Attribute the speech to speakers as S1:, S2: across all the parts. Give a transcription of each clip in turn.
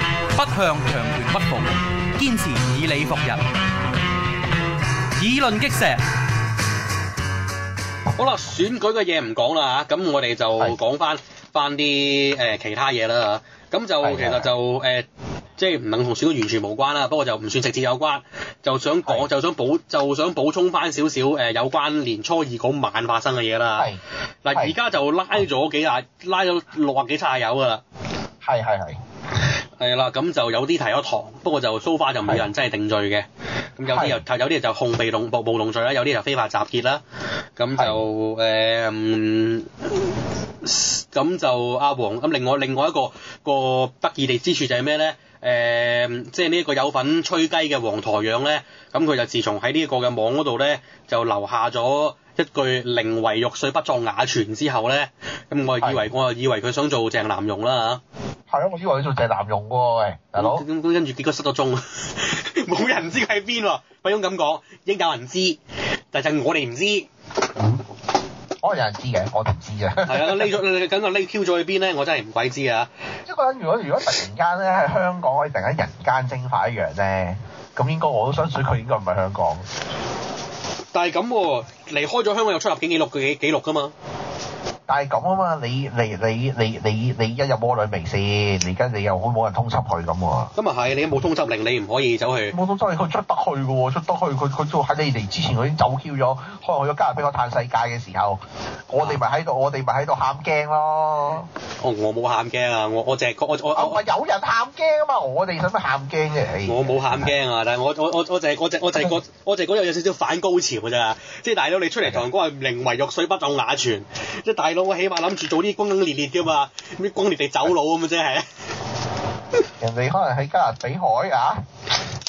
S1: 向強權屈服，堅持以理服人，以論擊石。
S2: 好啦，選舉嘅嘢唔講啦嚇，咁我哋就
S3: 係
S2: 講翻翻啲誒其他嘢啦嚇。咁
S3: 係
S2: 就
S3: 係
S2: 其實就誒、即係唔能同選舉完全無關啦，不過就唔算直接有關，就想講
S3: 係
S2: 就想補就想補充翻少少誒有關年初二嗰晚發生嘅嘢啦。
S3: 係
S2: 嗱，
S3: 係
S2: 而家就拉咗幾廿拉咗六啊幾叉友㗎啦。
S3: 係係係
S2: 係啦，咁就有啲提咗堂，不過就 so far 就冇人真係定罪嘅。咁有啲又有啲就控被動暴暴動罪啦，有啲就非法集結啦。咁就誒，嗯咁、就阿黃咁另外另外一個個得意地之處就係咩咧？誒、即係呢一個有份吹雞嘅黃台仰咧，咁佢就自從喺呢一個嘅網嗰度咧，就留下咗一句寧為玉碎不作瓦全之後咧，咁我以為我以為佢想做鄭南榕啦嚇。
S3: 係咯，我以為佢做鄭南用喎，喂，大佬
S2: 咁咁咁跟住結果失咗蹤， 冇人知佢喺邊喎。不用咁講，應有人知，但就係我哋唔知。係
S3: 可能有人知嘅，我唔知嘅。
S2: 啊，匿咗 咁就匿 Q 咗去邊咧？我真係唔鬼知啊！
S3: 即係個人如果如果突然間咧喺香港可以突然間人間蒸發一樣咧，咁應該我都相信佢應該唔係香港。
S2: 但係咁喎，離開咗香港有出入境記錄嘅記記錄㗎嘛？
S3: 但係咁啊嘛，你你你你你你一入魔女微先，你而家你又好冇人通緝佢咁喎。
S2: 咁啊係，你冇通緝令，你唔可以走去。
S3: 冇通緝佢出得去嘅喎，出得去佢佢做喺你哋之前佢已經走 Q 咗，可能去咗加勒比海嘆世界嘅時候，我哋咪喺度，我哋咪喺度喊驚咯。
S2: 哦，我冇喊驚啊！我我淨係覺我我
S3: 啊，咪
S2: 我
S3: 有人喊驚啊嘛，我哋使乜喊驚嘅？唉
S2: 我冇喊驚啊！但係我我我我淨係我淨我淨係覺 我淨係覺得有少少反高潮㗎咋。即係大佬你出嚟同人講話寧為玉碎不作瓦全，即係大佬我起碼諗住做啲轟轟烈烈㗎嘛，啲轟烈地走佬咁啊真係。
S3: 人哋可能喺加勒比海啊，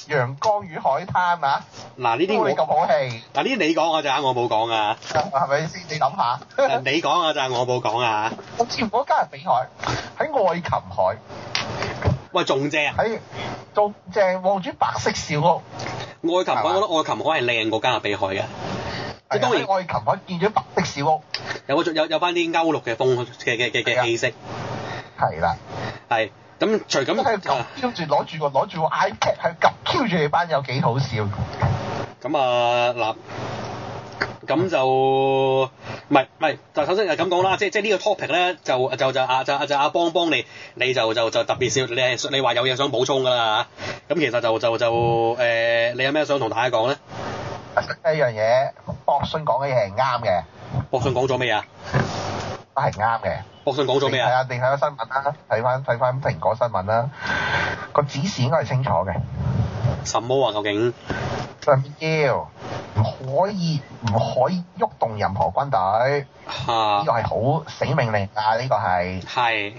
S3: 陽光與海灘啊，
S2: 嗱呢
S3: 呢
S2: 啲
S3: 啲
S2: 我
S3: 你咁好氣，
S2: 嗱呢啲你講啊咋，我冇講 啊。
S3: 係咪先？你諗下，
S2: 你講啊咋，我冇講啊。
S3: 我接過加勒比海，喺愛琴海，
S2: 喂，仲正，啊愛
S3: 喺仲正望住白色小屋，
S2: 琴海，我覺得愛琴海係靚過加勒比海嘅，即係當然
S3: 喺愛琴海見咗白色小屋，
S2: 有嗰種有有翻啲歐陸嘅風嘅嘅嘅
S3: 係
S2: 嘅
S3: 啊
S2: 氣息，
S3: 係啦。
S2: 係。咁除
S3: 咁喺
S2: 咁
S3: 度
S2: 啊
S3: 挑住攞住個攞住個 iPad 喺度 Q 住你班友幾好笑，
S2: 咁啊嗱，咁就唔係唔係，就首先就咁講啦，即係即係呢個 topic 咧，就就就啊就就阿邦幫你，你就就就特別少，你係你話有嘢想補充㗎啦啊嚇。咁其實就就就誒、你有咩想同大家講咧？
S3: 一樣嘢，博信講嘅嘢係啱嘅，
S2: 博信講咗咩啊？
S3: 都係啱嘅。
S2: 博信講咗咩
S3: 你睇
S2: 啊？
S3: 下，你睇下新聞啦，睇翻睇翻蘋果新聞啦，個指示應該係清楚嘅。
S2: 什麼啊？究竟？
S3: 上面要唔可以唔可以喐動任何軍隊，呢
S2: 嚇
S3: 個係好死命令啊！呢個係
S2: 係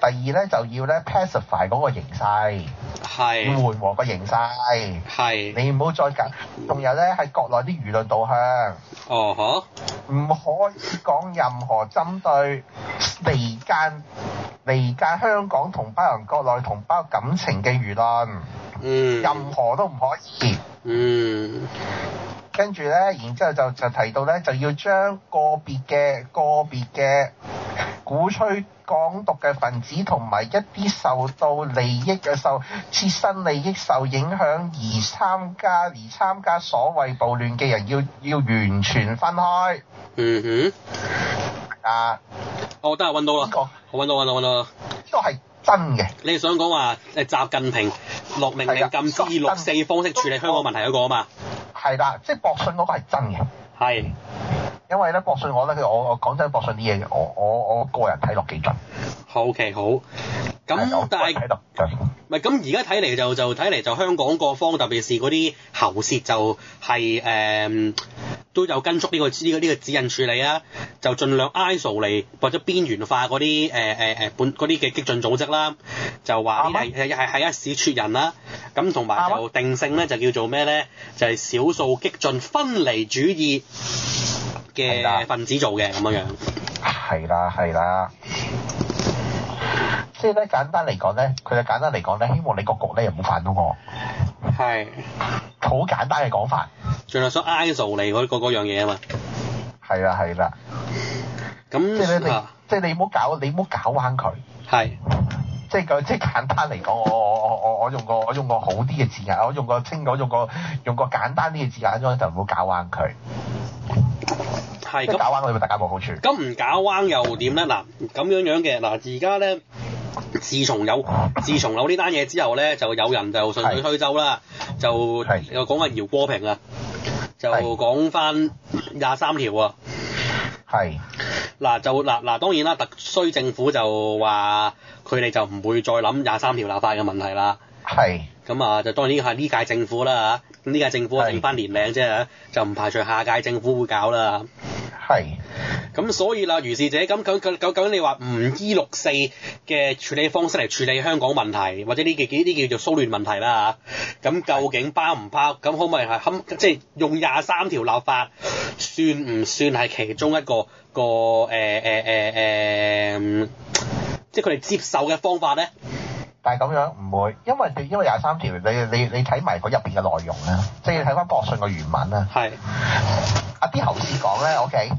S3: 第二咧就要咧 pacify 嗰個形勢，要
S2: 係
S3: 緩和個形勢。
S2: 係
S3: 你唔好再搞，仲有咧係國內啲輿論導向。
S2: 哦
S3: 唔可以講任何針對離間離間香港同胞人國內同胞感情嘅輿論，
S2: 嚇嗯
S3: 任何都唔可以。
S2: 嗯
S3: 跟住呢，然之後就就提到呢，就要將個別嘅個別嘅鼓吹港獨嘅分子同埋一啲受到利益嘅受切身利益受影響而參加而參加所謂暴亂嘅人，要要完全分開
S2: 嗯
S3: 啊！
S2: 哼，我得啦，揾到
S3: 呢、
S2: 啦，
S3: 個
S2: 我揾到揾到揾到啦。
S3: 呢個係真嘅，
S2: 你係想講話誒習近平落命
S3: 啊
S2: 令禁止以六四方式處理香港問題嗰個啊嘛？
S3: 係啦，即係博信嗰個係真嘅，
S2: 係
S3: 因為咧博信我咧，我我講真，博信啲嘢，我我我個人睇落幾準，
S2: 好 OK 好。
S3: 係啊
S2: 咁
S3: 我
S2: 但
S3: 個人
S2: 係
S3: 睇落幾準，
S2: 唔係咁而家睇嚟就就睇嚟就香港各方特別是嗰啲喉舌就係、誒、都有跟足呢、個呢、個呢、個指引處理啊，就盡量 isolate 嚟或者邊緣化嗰啲誒誒誒本嗰啲嘅激進組織啦，就話
S3: 啊
S2: 呢啲係係係一屎撮人啦，咁同埋就定性咧就叫做咩咧？就係、少數激進分離主義
S3: 係啦
S2: 嘅分子做嘅咁樣樣，
S3: 係啦係啦，即係咧簡單嚟講咧，佢就簡單嚟講咧，希望你個局咧又唔好煩到我，
S2: 係
S3: 好簡單嘅講法，
S2: 盡量想 isolate 嚟嗰嗰嗰樣嘢啊嘛，
S3: 係啦係啦，即係咧
S2: 咁
S3: 你
S2: 啊
S3: 即係你唔好搞你唔好搞彎佢，
S2: 係
S3: 即係個即係 簡單嚟講，我我我我我用個我用個好啲嘅字眼，我用個清，我用個用個簡單啲嘅字眼，咗就唔好搞彎佢。
S2: 係
S3: 即係
S2: 咁
S3: 搞彎佢，咪大家冇好處。
S2: 咁唔搞彎又點咧？嗱，咁樣樣嘅嗱，而家咧，自從有自從有呢單嘢之後咧，就有人就順水推舟啦，就
S3: 係
S2: 又講緊姚國平啊，就
S3: 係
S2: 講翻廿三條啊。
S3: 係
S2: 嗱就嗱嗱當然啦，特區政府就話佢哋就唔會再諗廿三條立法嘅問題啦。
S3: 係
S2: 咁啊，就當然係呢屆政府啦嚇，咁呢屆政府
S3: 係
S2: 剩翻年零啫嚇，就唔排除下屆政府會搞啦。
S3: 係
S2: 咁所以啦，如是者咁咁咁咁咁，你話唔依六四嘅處理方式嚟處理香港問題，或者呢叫呢啲叫做騷亂問題啦嚇。咁究竟包唔包？咁可唔可以係堪即係用廿三條立法，算唔算係其中一個個誒誒誒誒，即係佢哋接受嘅方法咧？
S3: 但係咁樣唔會，因為因為廿三條，你你你睇埋佢入邊嘅內容啦，即係你睇翻博信嘅原文啦。
S2: 係
S3: 阿啊啲侯士講咧，OK，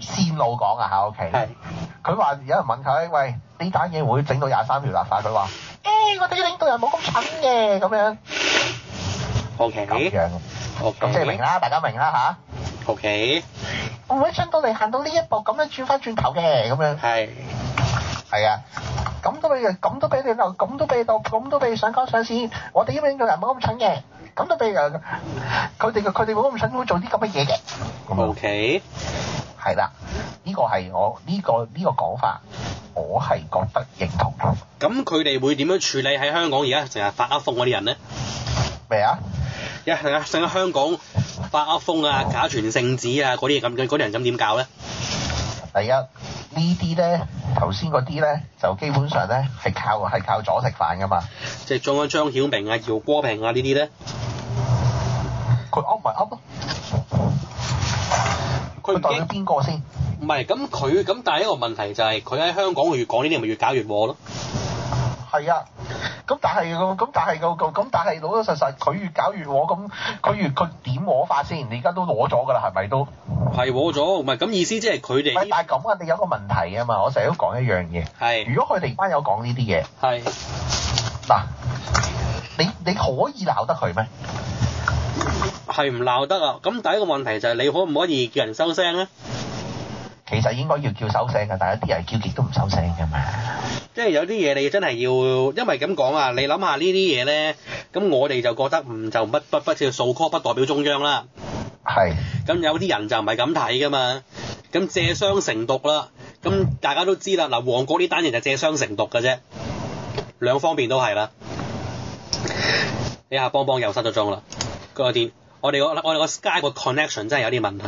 S3: 線路講啊嚇，OK。
S2: 係
S3: 佢話有人問佢，喂，呢單嘢會整到廿三條立法，佢話：，誒、我哋啲領導人冇咁蠢嘅，咁樣
S2: ，OK
S3: 咁樣，咁即係明
S2: OK
S3: 啦，大家明啦
S2: OK
S3: 吓，唔會蠢到你行到哦呢一步，咁樣轉翻轉頭嘅，咁樣
S2: 係
S3: 係啊，咁都俾人，咁都俾你留，咁都俾你到，咁都俾你上綱上線，我哋啲領導人冇咁蠢嘅，咁都俾人，佢哋佢哋冇咁蠢會做啲咁嘅嘢嘅，咁啊樣
S2: OK
S3: 係啦，呢、個係我呢、個呢、個講法，我係覺得認同
S2: 咁佢哋會點樣處理喺香港而家成日發噏風嗰啲人咧？
S3: 咩啊？
S2: 一係啊，上咗香港發噏風啊、假傳聖旨啊嗰啲嘢咁，嗰啲人咁點搞咧？
S3: 第一呢啲咧，頭先嗰啲咧就基本上咧係靠係靠左食飯噶嘛。
S2: 即係將咗張曉明啊、姚國平啊呢啲咧，
S3: 佢哦噏咪噏咯，
S2: 佢
S3: 佢
S2: 唔
S3: 代表
S2: 驚，
S3: 邊個先？
S2: 唔係咁佢咁，但係一個問題就係佢喺香港越講呢啲，咪越搞越禍咯。
S3: 係啊，咁但係個咁但係個個咁但係老老實實，佢越搞越我咁，佢越佢點我法先？你而家都攞咗㗎啦，係咪都？
S2: 係禍咗，唔係咁意思，即係佢哋呢
S3: 喂，但係咁啊，你有個問題啊嘛，我成日都講一樣嘢。
S2: 係
S3: 如果佢哋班友講呢啲嘢，
S2: 係
S3: 嗱，你你可以鬧得佢咩？
S2: 係唔鬧得啊！咁第一個問題就係你可唔可以叫人收聲咧？
S3: 其實應該要叫收聲㗎，但係有啲人叫極都唔收聲㗎嘛。
S2: 即係有啲嘢你真係要，因為咁講啊，你諗下呢啲嘢咧，咁我哋就覺得唔就不不不叫數科不代表中央啦。
S3: 係
S2: 咁有啲人就唔係咁睇噶嘛，咁借傷成毒啦，咁大家都知啦，嗱，旺角呢單嘢就借傷成毒嘅啫，兩方面都係啦。你下邦邦又失咗蹤啦，嗰啲我哋個我哋個 Sky 個 connection 真係有啲問題。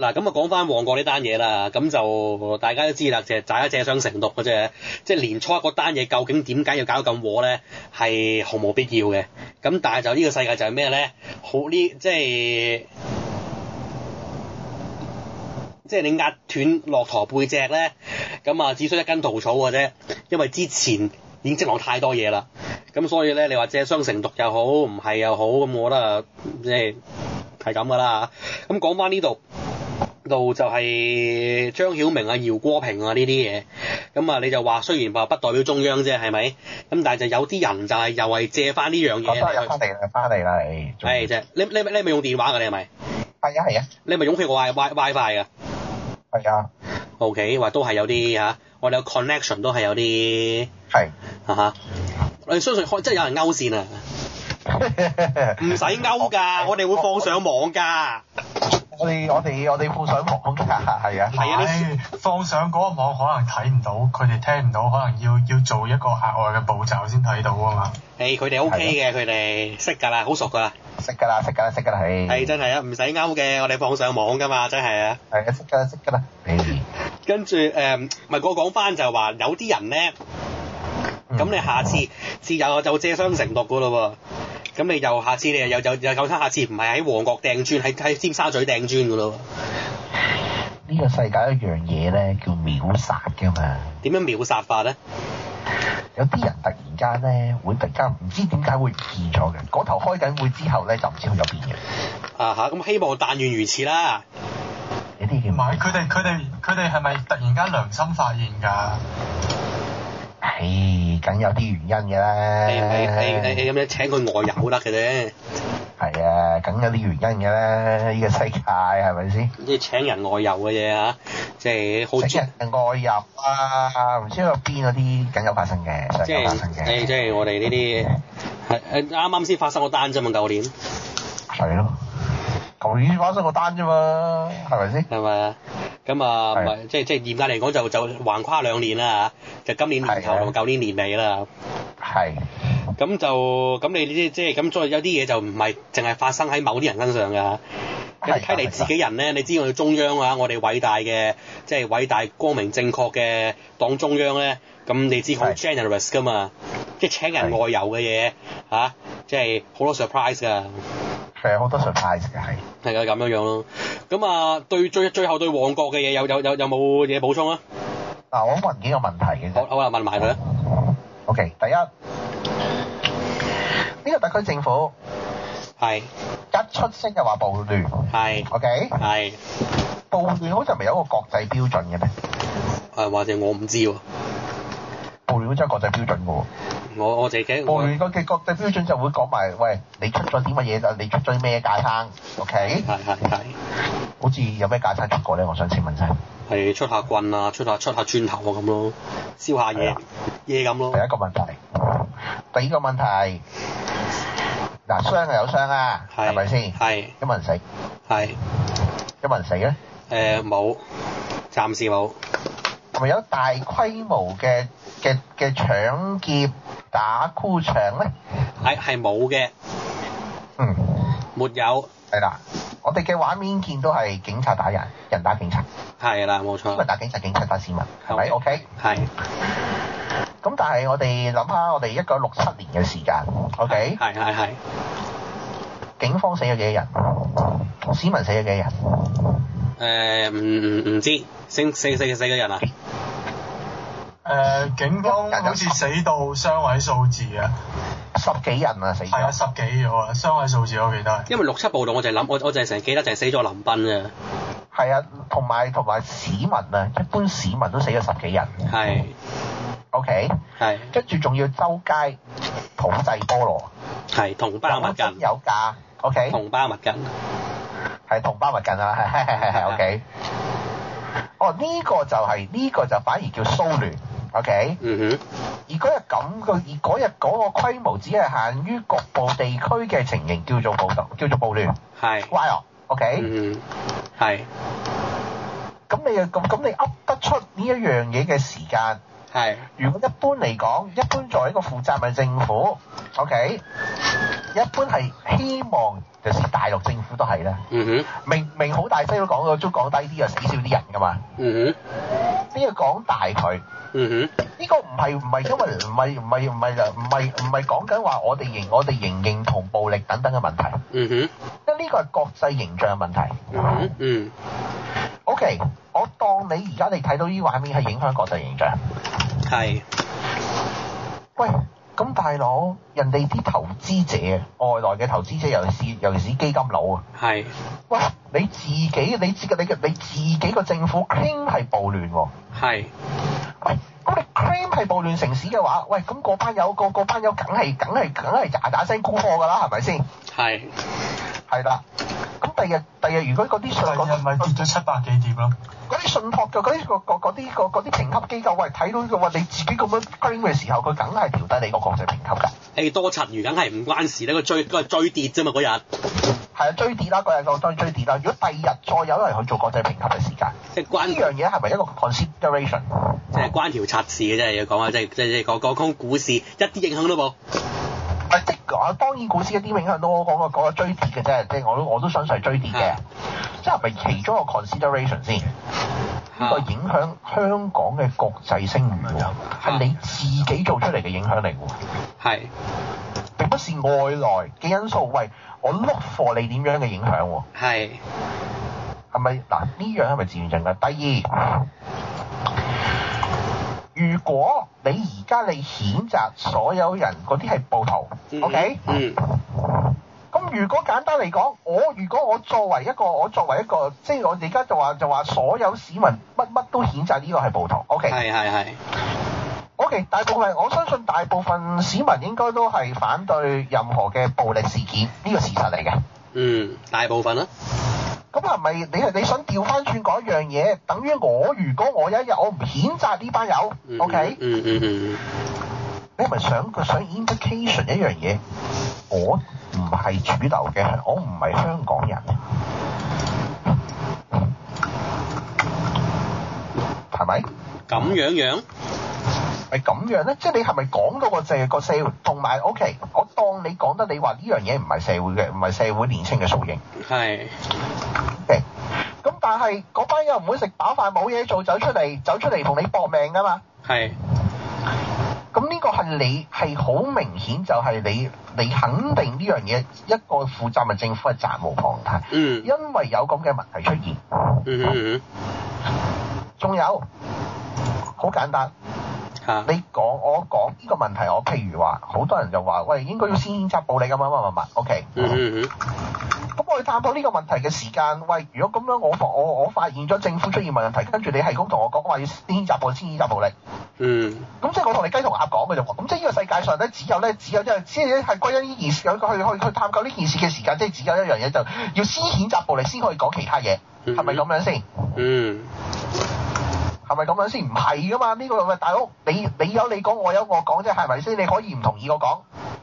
S2: 嗱，咁啊講翻旺角呢單嘢啦，咁就大家都知啦，就係大家借傷成毒嘅啫，即係年初一嗰單嘢究竟點解要搞到咁火咧，係毫無必要嘅。咁但係就呢個世界就係咩咧？好呢，即係即係你壓斷駱駝背脊咧，咁啊只需一根稻草嘅啫，因為之前已經積落太多嘢啦。咁所以咧，你話借傷成毒又好，唔係又好，咁我覺得啊即係係咁噶啦。咁講翻呢度。度就係張曉明啊、姚國平啊呢啲嘢，咁啊你就話雖然話不代表中央啫，係咪？咁但係就有啲人就係又係借翻呢樣嘢
S3: 我都啊係
S2: 嚟去
S3: 入翻嚟啦，翻嚟啦，你仲
S2: 係啫，你你你咪用電話㗎？你係咪？
S3: 係啊係啊
S2: 你係咪用佢個 Wi Wi WiFi 㗎
S3: 係啊
S2: ？OK，話都係有啲嚇，我哋個 connection 都係有啲
S3: 係，
S2: 嚇嚇。我哋相信開真係有人勾線啊！唔使勾㗎，我哋會放上網㗎。
S3: 我哋我哋我哋附上網㗎，係啊。
S2: 係啊你
S4: 唉放上嗰個網可能睇唔到，佢哋聽唔到，可能要要做一個額外嘅步驟先睇到啊嘛。
S2: 誒，佢哋 OK 嘅，佢哋識㗎啦，好熟㗎啦。
S3: 識㗎啦，識㗎啦，識㗎啦，係。
S2: 係真係啊，唔使勾嘅，我哋放上網㗎嘛，真係啊。
S3: 係啊，識㗎啦，識㗎啦。誒，
S2: 跟住誒，咪我講翻就話有啲人咧，咁你下次自有就借傷成毒㗎咯喎。咁你又下次你又又又又咁下次唔係喺旺角掟磚，喺喺尖沙咀掟磚㗎咯
S3: 呢個世界有一樣嘢咧叫秒殺㗎嘛。
S2: 喎。點樣秒殺法咧？
S3: 有啲人突然間咧會突然間唔知點解會唔見咗嘅，嗰頭開緊會之後咧就唔知去咗邊嘅。
S2: 啊嚇，咁希望但願如此啦。
S3: 呢啲
S4: 唔
S3: 叫
S4: 係佢哋佢哋佢哋係咪突然間良心發現㗎？
S3: 唉，梗有啲原因嘅啦。
S2: 你你你你咁樣請佢外遊得嘅啫，
S3: 係啊，梗有啲原因嘅啦。呢、個世界係咪先？
S2: 即係請人外遊嘅嘢嚇，即係好
S3: 整
S2: 專
S3: 人。外入啊，唔知去邊嗰啲梗有發生嘅，梗
S2: 即
S3: 有
S2: 係
S3: 發生
S2: 誒，即
S3: 嘅。
S2: 係我哋呢啲係誒啱啱先發生個單啫嘛，舊年
S3: 係咯，舊年發生個單啫嘛，係咪先？
S2: 係咪啊？咁啊，唔
S3: 係
S2: 係即係即係嚴格嚟講就就橫跨兩年啦嚇，就今年年頭
S3: 係啊
S2: 同舊年年尾啦。
S3: 係
S2: 咁就咁你呢啲即係咁，再有啲嘢就唔係淨係發生喺某啲人身上㗎。咁
S3: 係
S2: 睇你自己人咧，你知我哋中央啊，我哋偉大嘅即係偉大光明正確嘅黨中央咧，咁你知佢好
S3: 係
S2: generous 㗎嘛，即係請人
S3: 係
S2: 外遊嘅嘢嚇，即係好多 surprise 㗎。
S3: 係好多 surprise 嘅係。
S2: 係啊，咁樣樣咯。咁啊，對最最後對旺角嘅嘢有有有有冇嘢補充啊？
S3: 嗱，我問幾個問題嘅
S2: 好，
S3: 啫。
S2: 好啦，問埋佢啦。
S3: OK，第一，呢個特區政府
S2: 係
S3: 一出聲就話暴亂
S2: 係
S3: ，OK？
S2: 係
S3: 暴亂好似咪有一個國際標準嘅咩？
S2: 誒，啊或者我唔知喎，
S3: 暴亂好似有國際標準嘅喎。
S2: 我我自己
S3: 暴
S2: 我
S3: 亂嗰嘅國際標準就會講埋，喂，你出咗啲乜嘢就你出咗啲咩架撐
S2: 係
S3: ，OK？
S2: 係係
S3: 好似有咩架撐出過咧？我想請問聲。
S2: 係出下棍啊，出下出下磚頭啊咁咯，燒下
S3: 係
S2: 嘢
S3: 啊
S2: 嘢咁咯
S3: 第。一個問題，第二個問題，嗱傷就有傷啊，
S2: 係
S3: 係咪先？
S2: 係
S3: 有冇人死？
S2: 係
S3: 有冇人死咧？
S2: 誒冇，暫時冇。
S3: 係咪有大規模嘅嘅嘅搶劫打箍搶咧？
S2: 係係冇嘅，
S3: 嗯，
S2: 沒有。
S3: 係啦，我哋嘅畫面見到係警察打人，人打警察，
S2: 係啦，冇
S3: 因為
S2: 錯。
S3: 打警察，警察打市民，係咪
S2: Okay
S3: ？OK。
S2: 係
S3: 咁但係我哋諗下，我哋一九六七年嘅時間，OK，
S2: 係係係
S3: 警方死咗幾多人？市民死咗幾多人？
S2: 誒唔唔唔知，死死死死嘅人啊！
S4: 誒，警方好似死到雙位數字啊，
S3: 十幾人啊，死
S4: 係啊，
S3: 咗。
S4: 十幾咗啊，雙位數字我記得係。
S2: 因為六七暴動我就係諗，我我就係成日記得就係死咗林斌啫，
S3: 係啊，同埋同埋市民啊，一般市民都死咗十幾人
S2: 係
S3: ，OK，
S2: 係
S3: 跟住仲要周街土製菠蘿，
S2: 係同胞
S3: 有
S2: 勿
S3: 真
S2: 近，
S3: 有價，OK，
S2: 同胞勿近，
S3: 係同胞物近啊， 係係係係 OK。哦，呢、個就係、呢、個就反而叫蘇聯，OK。
S2: 嗯
S3: 而嗰日咁個，而嗰日嗰個規模只係限於局部地區嘅情形，叫做暴動，叫做暴亂。
S2: 哼，係，
S3: 乖哦，OK。
S2: 嗯係
S3: 咁你又咁咁，你噏得出呢一樣嘢嘅時間，
S2: 係
S3: 如果一般嚟講，一般作為一個負責任政府，OK，一般係希望，就算大陸政府都係啦，
S2: 嗯哼
S3: 明明好大聲都講到，都講低啲又死少啲人噶嘛，
S2: 嗯
S3: 邊個講大佢？
S2: 哼嗯哼
S3: 呢個唔係唔係因為唔係唔係唔係唔係唔係講緊話我哋認我哋認唔認同暴力等等嘅問題，
S2: 嗯哼
S3: 因為呢個係國際形象嘅問題。
S2: 嗯哼嗯
S3: O、k 我當你而家你睇到呢畫面係影響國際形象。
S2: 係
S3: 喂，咁大佬，人哋啲投資者啊，外來嘅投資者，尤其是尤其是基金佬啊，
S2: 係
S3: 喂，你自己你自己你嘅你自己個政府 claim 係暴亂喎、
S2: 係
S3: 喂，咁你 claim 係暴亂城市嘅話，喂，咁嗰班友個嗰班友梗係梗係梗係喳喳聲沽貨㗎啦，係咪先？
S2: 係
S3: 係啦。咁第日第日如果嗰啲信
S4: 第
S3: 嗰
S4: 二日咪跌咗七百幾點咯，
S3: 嗰啲信託嘅嗰啲個個嗰啲個嗰啲評級機構，喂睇到呢個喂你自己咁樣 claim 嘅時候，佢梗係調低你個國際評級㗎。
S2: 誒多柒魚梗係唔關事啦，佢追佢係追跌啫嘛嗰日，
S3: 係啊，追跌啦，嗰日就當追跌啦。如果第二日再有人去做國際評級嘅時間，
S2: 即係
S3: 呢
S2: 關
S3: 樣嘢係咪一個 consideration？
S2: 即係關條柒事嘅真係要講啊，即係即係即係講講講股市一啲影響都冇，
S3: 啊，即係啊當然股市一啲影響到我講個講個追跌嘅啫，即係我都我都相信係追跌嘅
S2: 啊。
S3: 即係咪其中一個 consideration 先？
S2: 嗯
S3: 呢個影響香港嘅國際聲譽喎，係你自己做出嚟嘅影響力喎。
S2: 係
S3: 並不是外來嘅因素，喂，我 look for 你點樣嘅影響喎？
S2: 係
S3: 係咪嗱呢樣係咪自願性嘅？第二，如果你而家你譴責所有人嗰啲係暴徒、
S2: 嗯
S3: o k
S2: 嗯
S3: 咁如果簡單嚟講，我如果我作為一個我作為一個，即係我而家就話就話所有市民乜乜都譴責呢個係暴徒，OK？
S2: 係係係
S3: OK，大部分我相信大部分市民應該都係反對任何嘅暴力事件，呢個事實嚟嘅。
S2: 嗯，大部分啦，
S3: 咁啊係咪你係你想調翻轉嗰樣嘢？等於我如果我有一日我唔譴責呢班友
S2: 嗯
S3: ，OK？
S2: 嗯嗯嗯
S3: 你係咪想佢想 indication 一樣嘢？我唔係主流嘅，我唔係香港人，係咪？
S2: 嗯，咁樣樣，
S3: 係咁樣咧，即係你係咪講到個社個社會，同埋 OK？我當你講得你話呢樣嘢唔係社會嘅，唔係社會年青嘅縮影。
S2: 係，
S3: OK，咁嗯但係嗰班友唔會食飽飯冇嘢做走出嚟，走出嚟同你搏命噶嘛。
S2: 係，
S3: 咁呢個係你係好明顯就係你你肯定呢樣嘢一個負責任政府係責無旁貸，
S2: 嗯，
S3: 因為有咁嘅問題出現。
S2: 嗯嗯嗯
S3: 仲有好簡單，
S2: 嗯，嚇，
S3: 你講我講呢個問題，我譬如話好多人就話喂應該要先譴責暴力咁樣乜乜乜，OK。
S2: 嗯嗯嗯，
S3: 咁我哋探討呢個問題嘅時間，喂，如果咁樣我發我我發現咗政府出現問題，跟住你係咁同我講話要先譴責暴力，先譴責暴力。
S2: 嗯，
S3: 咁即係我同你雞同鴨講嘅啫喎。咁即係呢個世界上咧，只有咧，只有即係即係係歸因呢件事，有去去去探究呢件事嘅時間，即係只有一樣嘢，就要先譴責暴力先可以講其他嘢，
S2: 嗯
S3: 係咪咁樣先？
S2: 嗯，
S3: 係咪咁樣先？唔係噶嘛，呢、個喂大佬，你你有你講，我有我講啫，係咪先？你可以唔同意我講，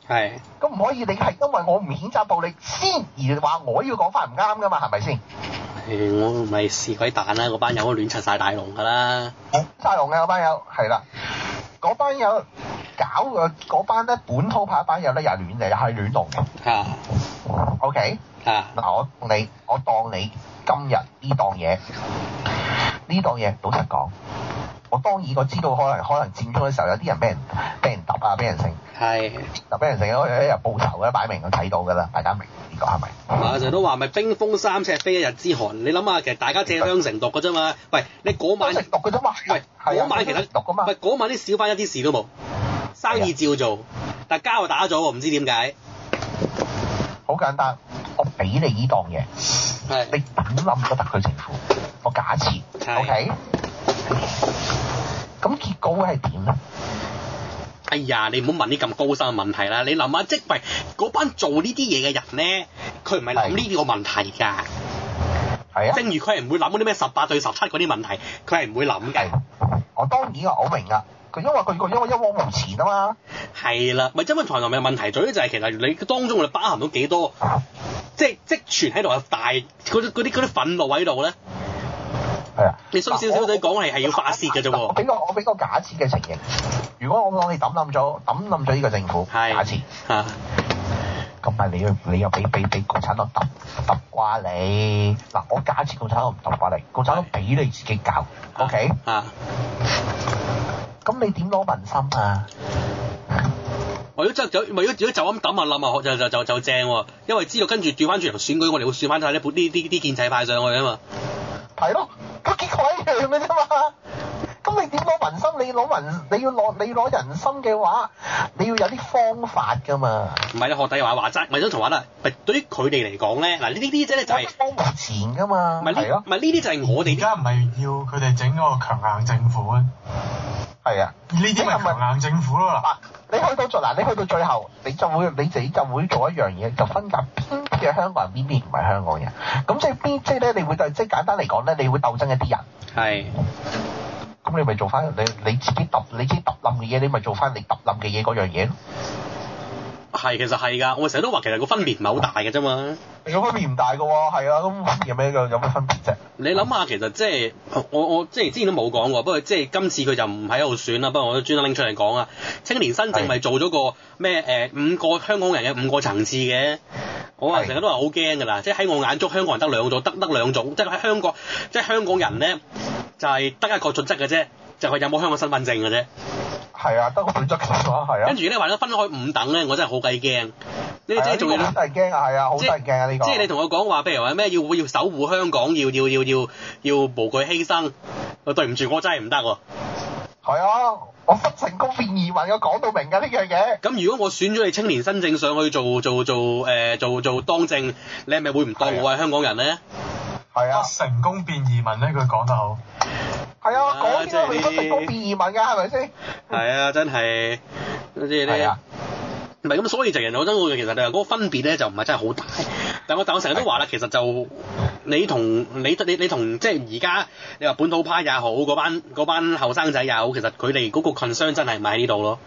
S2: 係，
S3: 咁唔可以你係因為我唔譴責暴力先而話我要講翻唔啱噶嘛，係咪先？
S2: 誒我唔係是鬼蛋啦，嗰班友都亂柒晒大龍㗎啦，
S3: 沙龍嘅嗰班友係啦，嗰班友搞嘅嗰班咧本土派班友咧又係亂嚟，又係亂龍嘅
S2: 嚇
S3: ，OK。
S2: 嚇，
S3: 嗱，我當你，我當你今日呢檔嘢，呢檔嘢老實講，我當然我知道可能可能佔中嘅時候有啲人俾人俾人揼啊，俾人成
S2: 係。
S3: 揼俾人成，有一日報仇嘅，擺明我睇到㗎啦，大家明呢個係咪？
S2: 啊！成日都話咪冰封三尺非一日之寒，你諗下，其實大家借香城毒嘅啫嘛。喂，你嗰晚
S3: 都食毒嘅啫嘛，
S2: 喂
S3: 係
S2: 嗰
S3: 啊
S2: 晚其實
S3: 毒㗎嘛啊
S2: 喂，嗰晚啲小販一啲事都冇，生意照做，但交又打咗喎，唔知點解。
S3: 好簡單，我俾你呢檔嘢，你
S2: 係
S3: 點冧咗特區政府？我假設
S2: 係
S3: ，OK，咁結果會係點咧？
S2: 哎呀，你唔好問啲咁高深嘅問題啦。你諗下，即喂嗰班做呢啲嘢嘅人咧，佢唔係諗呢啲個問題㗎。
S3: 啊係啊。
S2: 正如佢係唔會諗嗰啲咩十八對十七嗰啲問題，佢係唔會諗嘅。，
S3: 係我當然啊，我明啊，佢因為佢個因為一往無前啊嘛，
S2: 係啦，咪因為台南嘅問題在於就係其實你當中我哋包含到幾多，即係積存喺度嘅大嗰啲嗰啲嗰啲憤怒喺度咧，
S3: 係啊。
S2: 你衰少少仔講係係要發泄嘅啫
S3: 我
S2: 喎。
S3: 俾個我俾個假設嘅情形，如果我當你抌冧咗抌冧咗呢個政府，
S2: 係
S3: 假設
S2: 嚇，
S3: 咁咪你又你又俾俾俾共產黨揼揼瓜你嗱，我假設共產黨唔揼瓜你，共產黨俾你自己搞，OK？
S2: 嚇，
S3: 咁你點攞民心啊？
S2: 咪如果就咪如果如果就咁抌啊冧啊，就就就就正喎，因為知道跟住調翻轉頭選舉，我哋會選翻晒呢本呢啲啲建制派上去啊嘛。
S3: 係咯，個結果一樣嘅啫嘛。咁你點攞民心？你攞民，你要攞你攞人心嘅話，你要有啲方法㗎嘛。
S2: 唔係你學弟話話齋，咪想同話啦，咪對於佢哋嚟講咧，嗱呢啲啫咧就係，
S3: 幫唔前噶嘛，
S2: 唔係
S3: 係
S2: 呢
S3: 咯
S2: 唔，係呢啲就係我
S4: 而
S2: 哋啲
S4: 家唔係要佢哋整嗰個強硬政府啊？
S3: 係啊。
S4: 呢啲咪強硬政府咯嗱。
S3: 嗱，你去到最嗱，你去到最後，你就會你自己就會做一樣嘢，就分隔邊啲係香港人，邊啲唔係香港人。咁即係邊即係咧，你會鬥即係簡單嚟講咧，你會鬥爭一啲人。
S2: 係
S3: 咁你咪做翻你你自己揼你自己揼冧嘅嘢，你咪做翻你揼冧嘅嘢嗰樣嘢咯。
S2: 係其實係㗎，我成日都話其實個分別唔係好大嘅啫嘛。
S3: 有分別唔大嘅喎，係啊，咁有咩有咩分別啫？
S2: 你諗
S3: 啊
S2: 下，其實即係我我即係之前都冇講過，不過即係今次佢就唔喺度選啦。不過我都專登拎出嚟講啊。青年新政咪做咗個咩誒、五個香港人嘅五個層次嘅。我啊
S3: 係
S2: 成日都話好驚㗎啦，即係喺我眼中香港人得兩種，得得兩種，即係喺香港即係香港人咧就係、得一個準則嘅啫，就係、有冇香港身份證嘅啫。
S3: 係啊，得個本質嘅話係啊
S2: 跟。住咧話咗分開五等咧，我真係好鬼驚。呢
S3: 你
S2: 啲即係仲要
S3: 好得人驚啊！係啊，好得
S2: 即
S3: 人驚啊！呢個
S2: 即係你同我講話，譬如話咩要要守護香港，要要要要要無懼犧牲。我對唔住，我真係唔得喎。
S3: 係啊，我不成功變移民，我講到明㗎呢樣嘢。
S2: 咁如果我選咗你青年新政上去做做做誒、呃做做當政，你啊係咪會唔當我係香港人咧？
S3: 係啊
S4: 我。成功變移民咧，佢講得好。
S3: 係啊，
S2: 啊
S3: 嗰啲
S2: 真係
S3: 都佢都
S2: 呢
S3: 成功變移民㗎，係咪先？
S2: 係啊，真係即係
S3: 係
S2: 咧
S3: 啊。
S2: 唔係咁，所以就人老真老，其實你話嗰個分別咧就唔係真係好大。但我但我成日都話啦，其實就你同你你你同即係而家你話本土派也好，嗰班嗰班後生仔也好，其實佢哋嗰個 concern 真係唔喺呢度咯，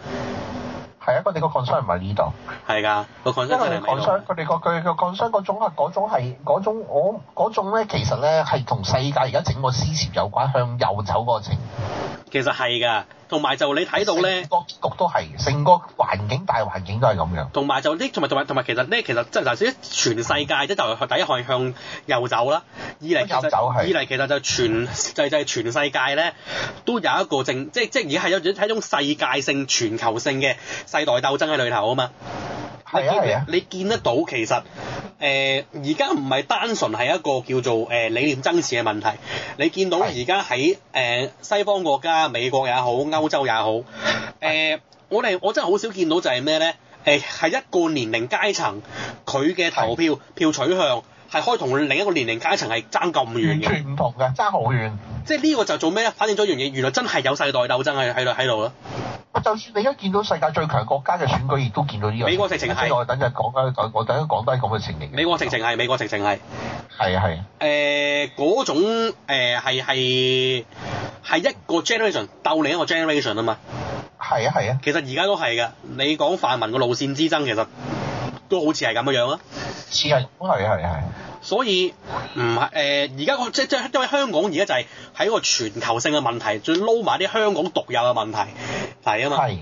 S3: 係啊，佢哋個 concern 唔係呢度，
S2: 係㗎，個 concern
S3: 因為
S2: 真係
S3: 佢
S2: 唔喺
S3: concern
S2: 呢度。
S3: 佢哋個佢佢 concern 嗰種係嗰種係嗰種我嗰種咧，其實咧係同世界而家整個思潮有關，向右走嗰個情。
S2: 其實係㗎，同埋就你睇到咧
S3: 成。個結局都係，成個環境大環境都係咁樣。
S2: 同埋就呢，同埋同埋同埋，其實呢，其實即係嗱，全世界即係第一係向右走啦，二嚟其
S3: 哦
S2: 實
S3: 右走係
S2: 二嚟其實就全就就係全世界咧都有一個政，即即係而家係有係一種世界性、全球性嘅世代鬥爭喺裏頭啊嘛。你
S3: 係啊係
S2: 見
S3: 啊，
S2: 你見得到其實誒而家唔係單純係一個叫做誒、呃理念爭持嘅問題，你見到而家喺誒西方國家、美國也好、歐洲也好，誒、我哋我真係好少見到就係咩咧？誒、係一個年齡階層佢嘅投票票取向。係可以同另一個年齡階層係爭咁遠
S3: 完
S2: 嘅，
S3: 全唔同嘅，爭好遠。
S2: 即係呢個就做咩咧？反映咗一樣嘢，原來真係有世代鬥爭喺喺度喺度咯。
S3: 就算你而家見到世界最強國家嘅選舉，亦都見到呢個。
S2: 美國直情係
S3: 所以我等陣講啦，我等陣講都係咁嘅情形。
S2: 美國直情係，美國直情係。
S3: 係啊係啊，
S2: 誒呃嗰、種誒係係係一個 generation 鬥另一個 generation 啊嘛。
S3: 係啊係啊，
S2: 其實而家都係㗎，你講泛民個路線之爭，其實都好似係咁樣樣啦。
S3: 似係都係係係。
S2: 所以唔係誒，而家個即即因為香港而家就係喺個全球性嘅問題，再撈埋啲香港獨有嘅問題嚟啊嘛。
S3: 係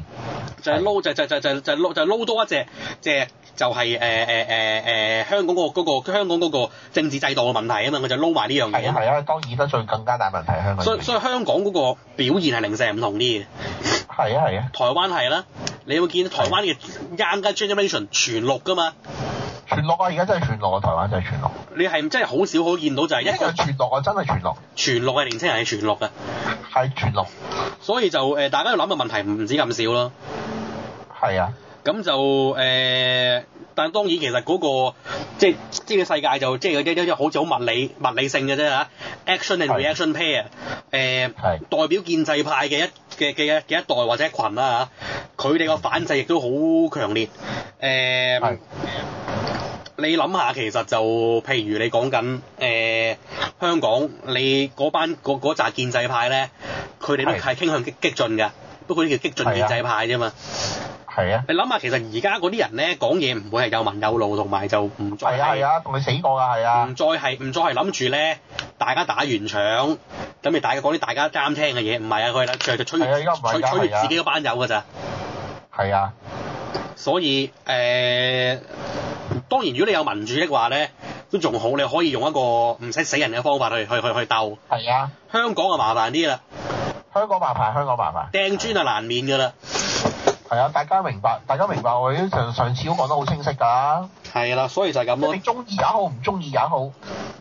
S2: 就係撈就就就就就撈就撈多一隻隻就係誒呃誒誒誒呃香港嗰、個嗰、個香港嗰個政治制度嘅問題啊嘛，我就撈埋呢樣嘢
S3: 係
S2: 啊
S3: 啊
S2: 嘛。
S3: 係啊，當然啦，最更加大問題係香港
S2: 所以所以香港嗰個表現係零舍唔同啲嘅，
S3: 係啊係啊，
S2: 台灣係啦，你會見到台灣嘅 younger generation 全綠噶嘛，
S3: 全落啊！而家真係全落啊！台灣真係全落，
S2: 你係真係好少可以見到就係一
S3: 一
S2: 個
S3: 個全落啊！真係全落，
S2: 全綠嘅年青人係全綠嘅，
S3: 係全落，
S2: 所以就誒、呃大家要諗嘅問題唔止咁少咯。
S3: 係啊
S2: 咁就誒、呃但當然其實嗰、個即係即係個世界就即係一一好似好物理物理性嘅啫嚇，action and
S3: 係
S2: reaction pair，誒、呃
S3: 係
S2: 代表建制派嘅一嘅嘅嘅一代或者一群啦嚇，佢哋個反制亦都好強烈，誒、
S3: 係
S2: 你諗下，其實就譬如你講緊誒香港，你嗰班嗰嗰扎建制派咧，佢哋都
S3: 係
S2: 係傾向激激進㗎，不過呢叫激進
S3: 係
S2: 建
S3: 啊
S2: 制派啫嘛。
S3: 係啊
S2: 你諗下，其實而家嗰啲人咧講嘢唔會係有文有路，同埋就唔再
S3: 係啊係
S2: 係嗯
S3: 啊，同你死過㗎係
S2: 唔
S3: 啊，
S2: 再係唔再係諗住咧，大家打完場，咁你大家講啲大家啱聽嘅嘢，唔係啊，佢係佢就吹
S3: 係啊而家唔係
S2: 吹
S3: 㗎
S2: 吹
S3: 係啊
S2: 自己嗰班友㗎咋。
S3: 係啊
S2: 所以誒、呃，當然如果你有民主的話咧，都仲好，你可以用一個唔使死人嘅方法去去去去鬥。
S3: 係啊，
S2: 香港就麻煩啲啦，
S3: 香港麻煩，香港麻煩。
S2: 掟磚就難免㗎啦。
S3: 係啊，大家明白，大家明白，我哋上上次都講得好清晰㗎。
S2: 係啦，所以就係咁咯
S3: 你。中意也好，唔中意也好，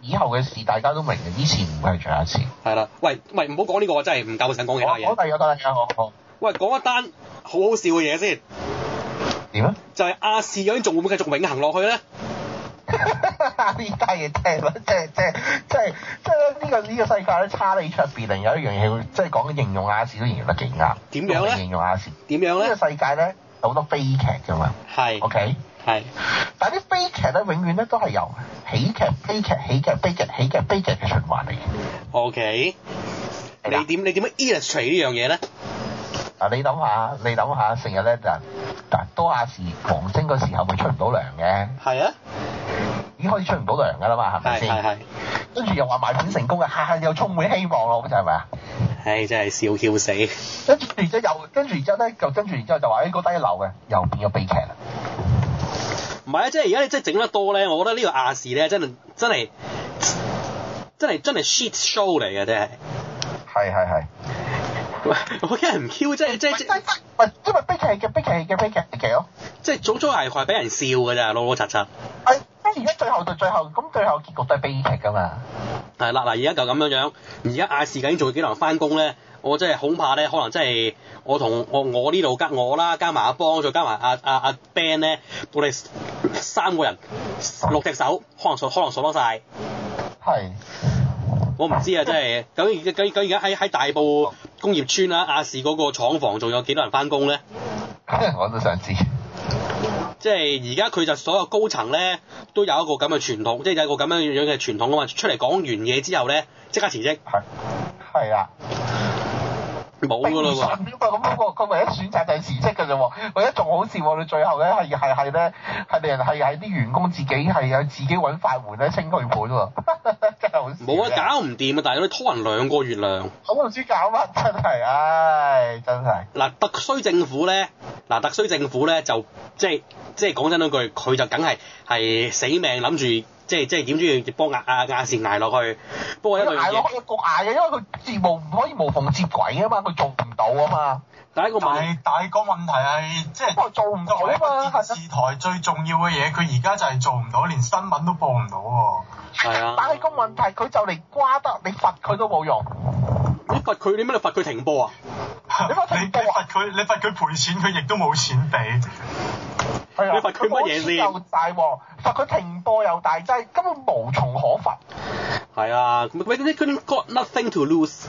S3: 以後嘅事大家都明嘅，以前唔係最後一次。
S2: 係啦，喂喂，唔好講呢個，我真係唔夠想講
S3: 我
S2: 其他嘢
S3: 我。第二個第二個，我
S2: 喂，講一單好好笑嘅嘢先，
S3: 點啊？
S2: 就係亞視究竟仲會唔會繼續永恆落去咧？
S3: 呢單嘢真係真係真係真係真係呢個呢個世界咧，差你卓別靈有一樣嘢，即係講形容亞視都形容得幾啱。
S2: 點樣呢
S3: 都係形容亞視呢
S2: 點樣
S3: 個
S2: 咧？
S3: 世界咧有好多悲劇㗎嘛
S2: 係
S3: ，OK？
S2: 係
S3: 但係啲悲劇咧，永遠咧都係由喜劇、悲劇、喜劇、悲劇、喜劇、悲劇嘅循環嚟嘅。
S2: ，OK。
S3: 係
S2: 你
S3: 啦
S2: 點你點樣 illustrate 呢樣嘢咧？
S3: 嗱，你諗下，你諗下，成日咧就嗱，多亞視狂升嗰時候咪出唔到糧嘅，
S2: 係啊，
S3: 已經開始出唔到糧㗎啦嘛，係咪
S2: 係係
S3: 先？
S2: 係，
S3: 跟住又話賣片成功嘅，下下又充滿希望咯，好似係咪啊？
S2: 唉真係笑笑死，
S3: 跟住然之後又，跟住然之後咧，就跟住然之後就話誒嗰低流嘅，又變咗悲劇啦。
S2: 唔係啊！即係而家你即係整得多咧，我覺得呢個亞視咧真係真係真係真係 shit show 嚟嘅，真係。
S3: 係係係。
S2: 喂我驚人唔 Q，即係即係即係
S3: 喂，因為悲劇嘅悲劇嘅悲劇嘅咯。
S2: 即係早早係係俾人笑㗎咋，老老實實。
S3: 係，跟住哎而家最後到最後，咁最後結局都係悲劇㗎嘛。
S2: 係啦，嗱，而家就咁樣樣，而家亞視究竟做幾多人翻工咧？我真係恐怕咧，可能真係我同我我呢度加我啦，加埋阿邦，再加埋阿阿阿 Ben 咧，我哋三個人六隻手，可能數可能數得晒。
S3: 係。
S2: 我唔知啊，真係咁而咁而家喺喺大埔工業村啦，亞視嗰個廠房仲有幾多人翻工咧？
S3: 我都想知。
S2: 即係而家佢就所有高層咧都有一個咁嘅傳統，即係有一個咁樣樣嘅傳統啊嘛。出嚟講完嘢之後咧，即刻辭職，
S3: 係係啊哎啦。
S2: 冇㗎啦喎。
S3: 神咁嗰個佢唯一選擇就係辭職㗎啫喎。唯一仲好笑喎，你最後咧係係係咧係令人係係啲員工自己係有自己揾法援咧清佢盤喎， 真係好笑。
S2: 冇啊，搞唔掂啊！大佬你拖人兩個月糧，
S3: 搞，我唔知搞乜，真係，唉，真係。
S2: 嗱特區政府咧，嗱特區政府咧就即係即係講真嗰句，佢就梗係係死命諗住即係即係點都要幫亞亞亞視捱落去。不過一樣
S3: 佢啊捱
S2: 嘢
S3: 落，去個捱嘅，因為佢節目唔可以無縫接軌啊嘛，佢做唔到啊嘛，
S2: 第一個
S4: 但
S2: 問
S4: 係但係個問題係即係
S3: 因為做唔到
S4: 作為一
S3: 啊
S4: 個
S3: 嘛，
S4: 電
S3: 係
S4: 視台最重要嘅嘢，佢而家就係做唔到，連新聞都報唔到喎。
S2: 係啊，
S3: 但係個問題，佢就嚟瓜得，你罰佢都冇用。
S2: 你罰佢，你乜你罰佢停播啊？
S4: 你
S3: 乜
S4: 你罰佢，你罰佢賠錢，佢亦都冇錢俾。
S3: 係啊，
S2: 你罰佢乜嘢先
S3: 又大鑊，罰佢停播又大劑，根本無從可罰。
S2: 係啊，喂，你佢 got nothing to lose。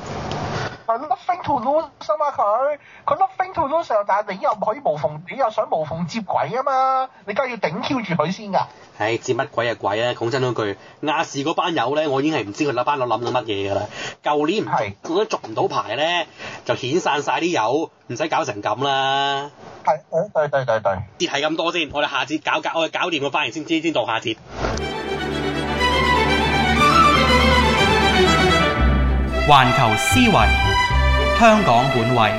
S3: 係 nothing to lose 啊嘛，佢佢 nothing to lose 又但係你又唔可以無縫，你又想無縫接軌啊嘛，你梗係要頂 Q 住佢先㗎。
S2: 唉，知乜鬼啊鬼啊！講真嗰句，亞視嗰班友咧，我已經係唔知佢班友諗緊乜嘢㗎啦。舊年唔
S3: 係
S2: 續，續唔到牌咧，就遣散晒啲友，唔使搞成咁啦。
S3: 係，對對對對。
S2: 節係咁多先，我哋下節搞搞，我哋搞掂個翻嚟先，先先到下節。
S1: 環球思維，香港本位，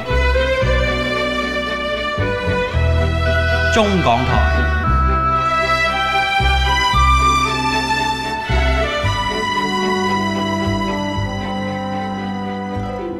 S1: 中港台。